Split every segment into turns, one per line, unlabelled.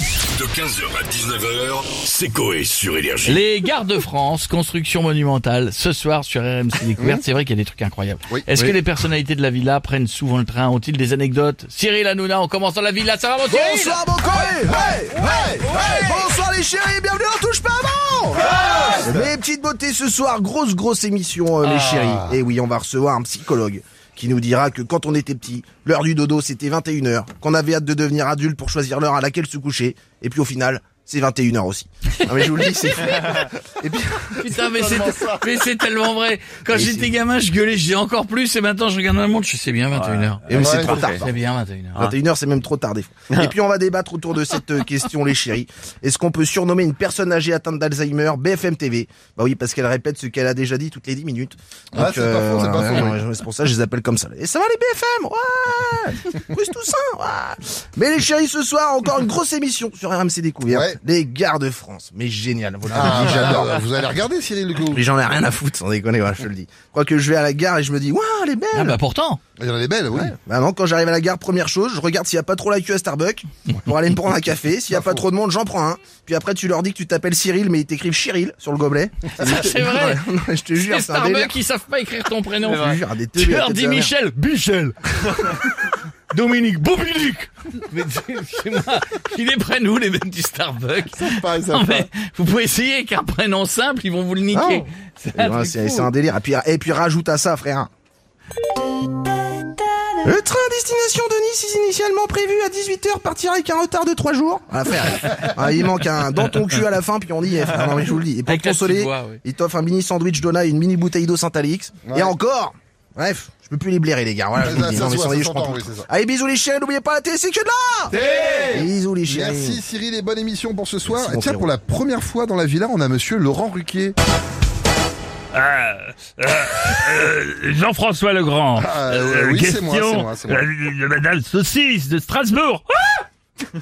De 15h à 19h, c'est Coé sur Énergie.
Les gares de France, construction monumentale, ce soir sur RMC Découverte, c'est vrai qu'il y a des trucs incroyables.
Oui,
Est-ce
oui.
que les personnalités de la villa prennent souvent le train Ont-ils des anecdotes Cyril Hanouna, en commençant la villa, ça va mon Cyril
Bonsoir mon collègue Ouais, ouais, ouais. Bonsoir les chéris, bienvenue dans Touche pas à mon Les petites beautés ce soir, grosse grosse émission euh, les chéris. Et oui, on va recevoir un psychologue qui nous dira que quand on était petit, l'heure du dodo c'était 21h, qu'on avait hâte de devenir adulte pour choisir l'heure à laquelle se coucher, et puis au final, c'est 21h aussi. Non mais je vous le dis, c'est fou. Et puis,
Putain, mais c'est, mais c'est tellement vrai. Quand
Oui,
j'étais
c'est-
gamin, je gueulais, je disais encore plus, et maintenant je regarde dans le monde, je sais bien 21h.
et mais c'est trop tard.
C'est bien 21h.
21h, c'est même trop tard des fois. Et puis on va débattre autour de cette euh, question, les chéris. Est-ce qu'on peut surnommer une personne âgée atteinte d'Alzheimer BFM TV Bah oui, parce qu'elle répète ce qu'elle a déjà dit toutes les 10 minutes. Donc,
Ah, c'est pas faux, c'est pas
voilà,
faux,
ouais, ouais, c'est pour ça que je les appelle comme ça. Et ça va les BFM Ouais Bruce Toussaint ouais. Mais les chéris, ce soir, encore une grosse émission sur RMC Découverte.
Ouais.
Les gares de France. Mais génial, vous l'avez
Ah,
dit, j'adore.
j'adore. Vous allez regarder Cyril le coup.
Mais j'en ai rien à foutre, sans déconner, voilà, je te le dis. Quoique je vais à la gare et je me dis, waouh, elle est belle
Ah bah pourtant.
Il y en a des belles, oui.
bah non, quand j'arrive à la gare, première chose, je regarde s'il y a pas trop la queue à Starbucks pour aller me prendre un café. S'il y a pas trop de monde, j'en prends un. Puis après, tu leur dis que tu t'appelles Cyril, mais ils t'écrivent Chiril sur le gobelet.
c'est vrai.
Non, mais je te jure,
Les
c'est un délire.
Starbucks, ils savent pas écrire ton
Je
prénom.
te jure, des teubés,
Tu
la
leur
tête de
dis
la merde.
Michel, Michel. Dominique, Bobinique. Mais c'est moi. Ils les prennent où, les mecs du Starbucks
Pareil, ça
Non,
fait.
mais vous pouvez essayer avec un prénom simple, ils vont vous le niquer.
Non.
C'est
Et
un
voilà,
truc
C'est
fou.
c'est un délire. Et puis, et puis rajoute à ça, frère. Le train à destination de Nice est initialement prévu à 18h, partira avec un retard de 3 jours. Ah, frère. Ah, il manque un dans ton cul à la fin, puis on y est. frère. Non, mais je vous le dis. Et pour
Avec
te
la petite
consoler,
voix, oui.
il t'offre un mini sandwich Donna et une mini bouteille d'eau Saint-Alix. Et
Ouais.
encore. Bref, je peux plus les blairer, les gars. Voilà, je vous le
Ça,
dis.
ça
Non, mais
se voit,
sans
ça
je prends
s'entend,
tout.
oui, c'est ça.
Allez, bisous les chiens, n'oubliez pas la télé, c'est que de là! Bisous les chiens.
Merci Cyril et bonne émission pour ce soir.
Merci, mon
Et tiens,
frérot.
pour la première fois dans la villa, on a monsieur Laurent Ruquier.
Ah, euh, euh, Jean-François Legrand.
Ah, euh, oui, c'est
question
moi, c'est moi, c'est moi.
euh, de Madame Saucisse de Strasbourg. Ah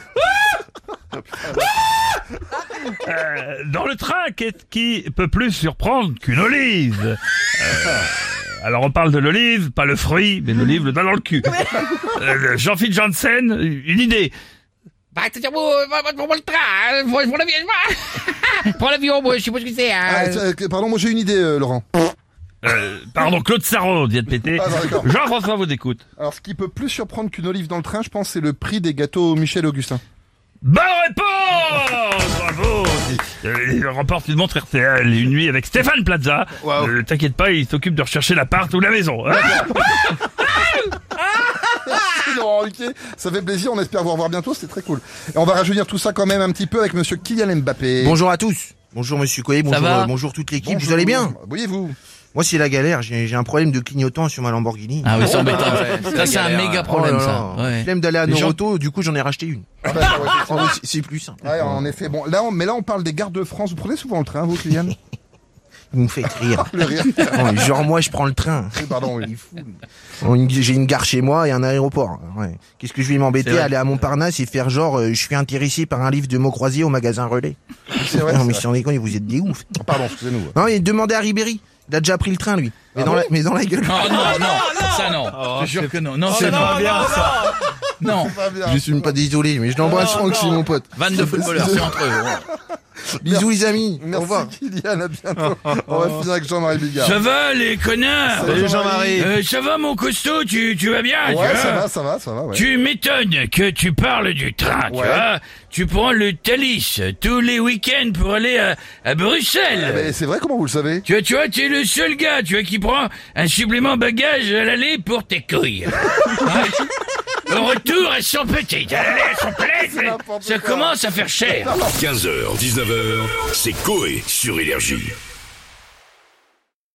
Ah Euh, dans le train, qu'est-ce qui peut plus surprendre qu'une olive Euh, Alors on parle de l'olive, pas le fruit, mais l'olive le doigt dans le cul. Euh, Jean-Philippe Janssen, une idée.
Bah, c'est-à-dire, vous, vous, vous, le train, hein, vous, vous l'aviez, moi. Prends l'avion, moi, je sais pas ce que c'est,
Ah,
hein.
euh, pardon, moi j'ai une idée, euh, Laurent.
Euh, pardon, Claude Sarraud vient de péter.
Ah, d'accord.
Jean-François vous écoute.
Alors, ce qui peut plus surprendre qu'une olive dans le train, je pense, c'est le prix des gâteaux Michel Augustin.
Bonne réponse Bravo Euh, Il remporte une montre RTL et une nuit avec Stéphane Plaza.
Waouh.
Euh, T'inquiète pas, il s'occupe de rechercher l'appart ou la maison. hein. Ah
Merci, Laurent Ruquier, ça fait plaisir. On espère vous revoir bientôt. C'était très cool. Et on va rajeunir tout ça quand même un petit peu avec monsieur Kylian Mbappé.
Bonjour à tous. Bonjour Monsieur Coé, bonjour,
va
euh, bonjour toute l'équipe,
Bonjour.
vous allez bien
Voyez-vous.
Moi c'est la galère, j'ai j'ai un problème de clignotant sur ma Lamborghini.
Ah oui, c'est embêtant. ça, c'est un méga problème,
Oh là
ça.
là.
Ouais.
Flemme d'aller à
Les gens-
Noroto, du coup j'en ai racheté une.
Ah, bah, ouais,
Oh, oui, c'est- c'est plus simple.
Ouais, en effet. Bon, là, on, mais là, on parle des gares de France. Vous prenez souvent le train, vous, Kylian
Vous me faites rire.
Le rire.
Oh, genre moi je prends le train.
Oui, Pardon, oui.
Oh, une- J'ai une gare chez moi et un aéroport. Ouais. Qu'est-ce que je vais
C'est
m'embêter
vrai.
à aller à Montparnasse et faire genre euh, je suis intéressé par un livre de mots croisés au magasin relais.
C'est vrai.
non
c'est
mais
vrai.
sans déconner, vous êtes des ouf.
Pardon, excusez-nous.
Non mais demandez à Ribéry, il a déjà pris le train lui. Mais,
Ah
dans,
bon
la, mais dans la gueule.
Oh non, non, ça non. je te jure que non. Non, c'est non.
bien, ça.
Non,
Pas bien.
Je suis même pas désolé, mais je l'embrasse Franck, c'est mon pote.
vanne de footballeur, c'est entre eux. ouais.
Bisous les amis, au
Ah, Merci
revoir.
Kylian, à bientôt. On va finir avec Jean-Marie Bigard.
Ça va, les connards
Salut, Jean-Marie.
Euh, Ça va, mon costaud, tu, tu vas bien tu
Ouais,
vois
ça va, ça va, ça va, ouais.
Tu m'étonnes que tu parles du train, tu
Ouais.
vois. Tu prends le Thalys tous les week-ends pour aller à, à Bruxelles.
Mais Eh ben, c'est vrai, comment vous le savez
Tu vois, tu vois, t'es le seul gars, tu vois, qui prend un supplément bagage à l'aller pour tes couilles. Hein Au retour, elles sont petites. À l'aller, elles sont pleines.
n'importe
Ça
quoi.
commence à faire cher.
15h, 19h, c'est Coé sur Énergie.